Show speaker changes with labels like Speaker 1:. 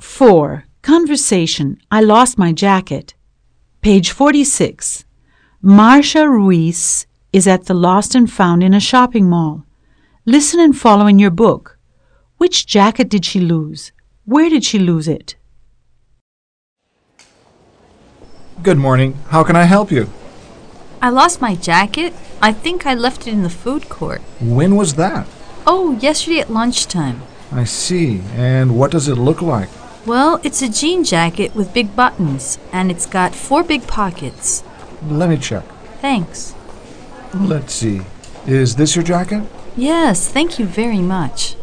Speaker 1: 4. Conversation "I lost my jacket." Page 46. Marcia Reese is at the lost and found in a shopping mall. Listen and follow in your book. Which jacket did she lose? Where did she lose it?
Speaker 2: Good morning. How can I help you?
Speaker 3: I lost my jacket. I think I left it in the food court.
Speaker 2: When was that?
Speaker 3: Oh, yesterday at lunchtime.
Speaker 2: I see. And what does it look like?
Speaker 3: Well, it's a jean jacket with big buttons, and it's got four big pockets.
Speaker 2: Let me check.
Speaker 3: Thanks.
Speaker 2: Let's see. Is this your jacket?
Speaker 3: Yes, thank you very much.